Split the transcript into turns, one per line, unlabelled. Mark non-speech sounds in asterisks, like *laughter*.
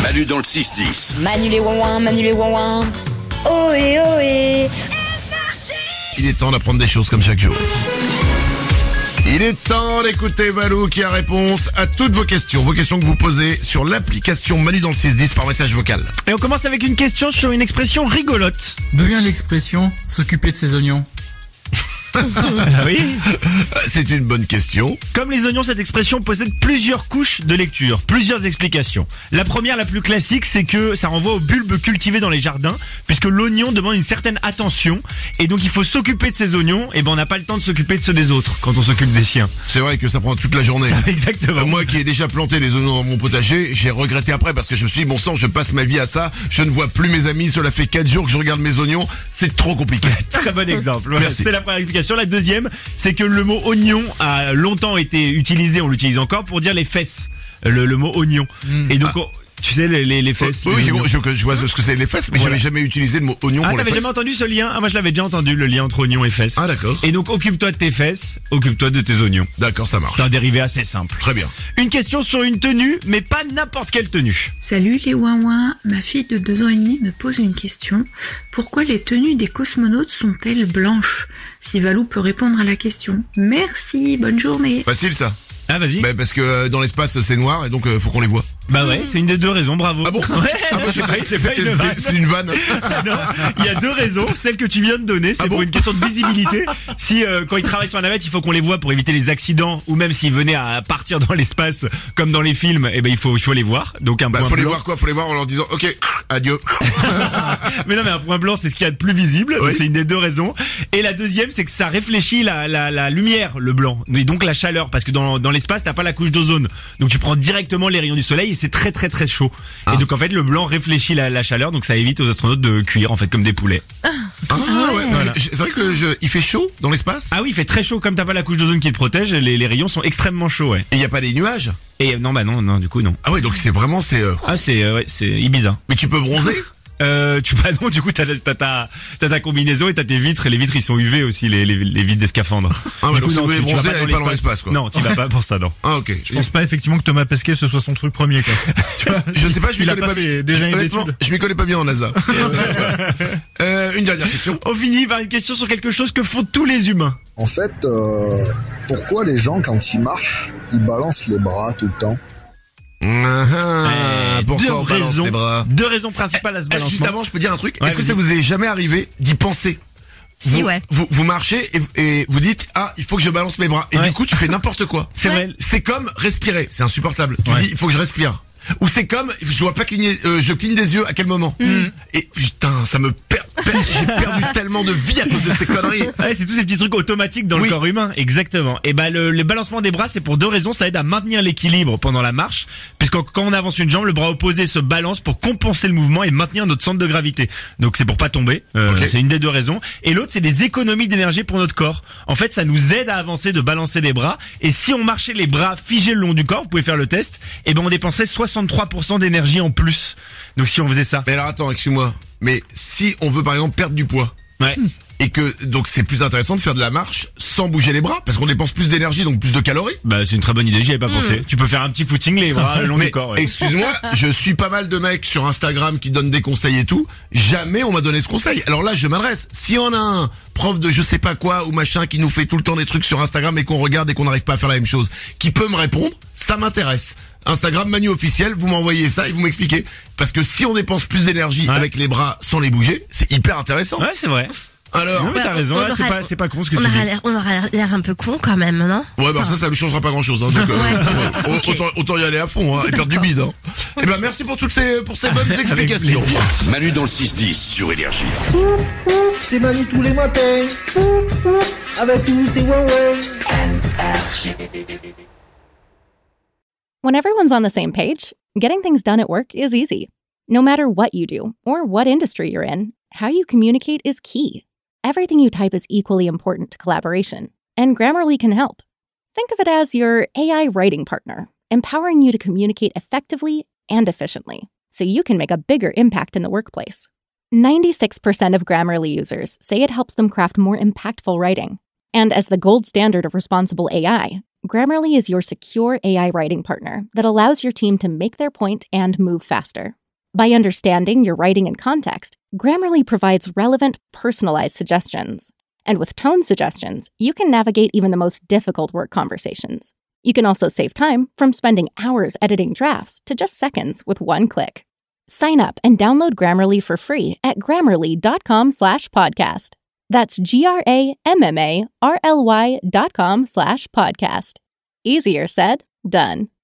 Salut dans le 6-10.
Manu les ouin Manu les ouin Ohé, ohé.
Il est temps d'apprendre des choses comme chaque jour. Il est temps d'écouter Valou qui a réponse à toutes vos questions, vos questions que vous posez sur l'application Manu dans le 610 par message vocal.
Et on commence avec une question sur une expression rigolote.
D'où vient l'expression s'occuper de ses oignons
Ah oui
Euh, C'est une bonne question.
Comme les oignons, cette expression possède plusieurs couches de lecture, plusieurs explications. La première, la plus classique, c'est que ça renvoie aux bulbes cultivés dans les jardins, puisque l'oignon demande une certaine attention, et donc il faut s'occuper de ces oignons, et ben on n'a pas le temps de s'occuper de ceux des autres quand on s'occupe des chiens.
C'est vrai que ça prend toute la journée. Euh,
*laughs* Exactement.
Moi qui ai déjà planté les oignons dans mon potager, j'ai regretté après parce que je me suis dit, bon sang, je passe ma vie à ça, je ne vois plus mes amis, cela fait 4 jours que je regarde mes oignons, c'est trop compliqué.
Très bon exemple. Voilà,
Merci.
C'est la première explication. La deuxième, c'est que le mot oignon a longtemps été utilisé, on l'utilise encore, pour dire les fesses. Le, le mot oignon. Et donc, on- tu sais, les, les- les fesses.
Hmm. Ah. oui,
les
je,
oignons.
je- je vois ce que c'est les fesses, mais
Voilà.
j'avais jamais utilisé le mot oignon
Ah,
pour les
t'avais
fesses.
jamais entendu ce lien Ah, moi je l'avais déjà entendu, le lien entre oignon et fesses.
Ah d'accord.
Et donc, occupe-toi de tes fesses, occupe-toi de tes oignons.
D'accord, ça marche.
C'est un dérivé assez simple.
Très bien.
Une question sur une tenue, mais pas n'importe quelle tenue.
Salut les ouin ma fille de deux ans et demi me pose une question. Pourquoi les tenues des cosmonautes sont-elles blanches Si Valou peut répondre à la question. Merci, bonne journée.
Facile ça.
Ah, vas-y.
Bah, parce que euh, dans l'espace c'est noir et donc euh, faut qu'on
*laughs*
les voit.
Bah ouais, c'est une des deux raisons, bravo.
Ah bon
*laughs* Ouais, c'est pas- c'est pas une
C'était-
vanne. *laughs*
C'est une vanne.
Non, il y a deux raisons. Celle que tu viens de donner, c'est
Ah
pour
bon
une question
*laughs*
de visibilité. Si euh, quand ils travaillent sur la navette, il faut qu'on les voit pour éviter les accidents, ou même s'ils venaient à partir dans *laughs* l'espace, comme dans les films, eh ben il faut il faut les voir. Donc un
Bah,
point
faut les
blanc.
voir quoi Faut les voir en leur disant OK, adieu.
*laughs* Mais non, mais un point blanc, c'est ce qu'il y a de plus visible. Donc,
Oui.
C'est une des deux raisons. Et la deuxième, c'est que ça réfléchit la, la, la lumière, le blanc, et donc la chaleur, parce que dans, dans l'espace, t'as pas la couche d'ozone. Donc tu prends directement les rayons du soleil et c'est très très très chaud. Et donc en fait, le blanc réfléchit la, la chaleur, donc ça évite aux astronautes de cuire en fait comme des poulets.
Ah, ouais. parce que
Voilà.
je- C'est vrai que je- il fait chaud dans l'espace
Ah oui, il fait très chaud comme t'as pas la couche d'ozone qui te protège, les, les rayons sont extrêmement chauds, ouais.
et il y a pas des nuages.
Et euh, non, bah non, non, du coup non.
Ah ouais, donc c'est vraiment c'est euh,
Ah c'est euh, ouais, c'est Ibiza.
mais tu
*laughs*
peux bronzer
Euh, tu bah non, du coup t'as t'as ta t'as ta combinaison et t'as tes vitres. et Les vitres ils sont UV aussi les les, les vitres des scaphandres.
Ah ouais,
Du
donc si vous voulez
vas
bronzer, allez pas dans l'espace, quoi.
Non, tu vas pas pour
*laughs*
ça non.
Ah OK.
Je pense pas effectivement que Thomas Pesquet ce soit son truc premier quoi. tu vois,
Je sais pas, je m'y
il a
connais
pas
pas
fait
bien.
déjà une
Honnêtement,
étude.
je m'y connais pas bien en
*laughs*
NASA. euh, une dernière question.
*laughs* On finit par une question sur quelque chose que font tous les humains.
En fait, euh, pourquoi les gens, quand ils marchent, ils balancent les bras tout le temps
Eh,
Ah,
Eh,
pourquoi
deux
on balance
raisons,
les bras
Deux raisons principales à ce
Eh,
balancement.
Juste avant, je peux dire un truc.
Ouais,
Est-ce que
vas-y.
ça vous est jamais arrivé d'y penser
Si,
vous,
ouais.
vous, vous marchez et, et vous dites ah il faut que je balance mes bras et
Ouais.
du coup tu fais n'importe quoi.
C'est vrai.
C'est comme respirer, c'est insupportable. Tu
Ouais.
dis il faut que je respire. Ou c'est comme je dois pas cligner, euh, je cligne des yeux à quel moment.
Mm.
Et putain ça me perd, perd- j'ai perdu *laughs* tellement de vie à cause de ces conneries.
Ah Ouais, c'est tous ces petits trucs automatiques dans
Oui.
le corps humain, exactement. Et ben le, le balancement des bras, c'est pour deux raisons. Ça aide à maintenir l'équilibre pendant la marche, puisque quand on avance une jambe, le bras opposé se balance pour compenser le mouvement et maintenir notre centre de gravité. Donc c'est pour pas tomber. Euh,
Ok.
C'est une des deux raisons. Et l'autre, c'est des économies d'énergie pour notre corps. En fait, ça nous aide à avancer de balancer les bras. Et si on marchait les bras figés le long du corps, vous pouvez faire le test. Et ben on dépensait 63% d'énergie en plus. Donc si on faisait ça,
Mais alors attends excuse-moi. Mais si on veut par exemple perdre du poids.
ouais.
Et que donc c'est plus intéressant de faire de la marche sans bouger les bras parce qu'on dépense plus d'énergie donc plus de calories.
Bah c'est une très bonne idée. J'y avais pas pensé. Tu peux faire un petit footing les bras *laughs* le long
Mais
du corps. ouais.
Excuse-moi, je suis pas mal de mecs sur Instagram qui donnent des conseils et tout. Jamais on m'a donné ce conseil. Alors là, je m'adresse. Si on a un prof de je sais pas quoi ou machin qui nous fait tout le temps des trucs sur Instagram et qu'on regarde et qu'on n'arrive pas à faire la même chose, qui peut me répondre, ça m'intéresse. Instagram Manu officiel, vous m'envoyez ça et vous m'expliquez. Parce que si on dépense plus d'énergie
Ouais.
avec les bras sans les bouger, c'est hyper intéressant.
Ouais, c'est vrai.
Alors,
Non, mais t'as
Bah,
raison,
on
ouais, c'est
aura-
pas, c'est pas con ce que
On
tu
aura
dis.
l'air, on aura l'air un peu con quand même, non
Ouais, bah ça, ça ne changera pas grand-chose. Hein, donc, euh,
*laughs*
ouais, autant, autant y aller à fond hein, et perdre du bide. Hein. Et ben merci pour toutes ces pour ces bonnes explications.
Manu dans le 6-10 sur Énergie.
C'est Manu tous les matins. Avec tous ces Huawei.
When everyone's on the same page, getting things done at work is easy. No matter what you do or what industry you're in, how you communicate is key. Everything you type is equally important to collaboration, and Grammarly can help. Think of it as your AI writing partner, empowering you to communicate effectively and efficiently so you can make a bigger impact in the workplace. 96% of Grammarly users say it helps them craft more impactful writing. And as the gold standard of responsible AI, Grammarly is your secure AI writing partner that allows your team to make their point and move faster. By understanding your writing and context, Grammarly provides relevant, personalized suggestions. And with tone suggestions, you can navigate even the most difficult work conversations. You can also save time from spending hours editing drafts to just seconds with one click. Sign up and download Grammarly for free at grammarly.com slash podcast. That's G R A M M A R L Y dot com slash podcast. Easier said, done.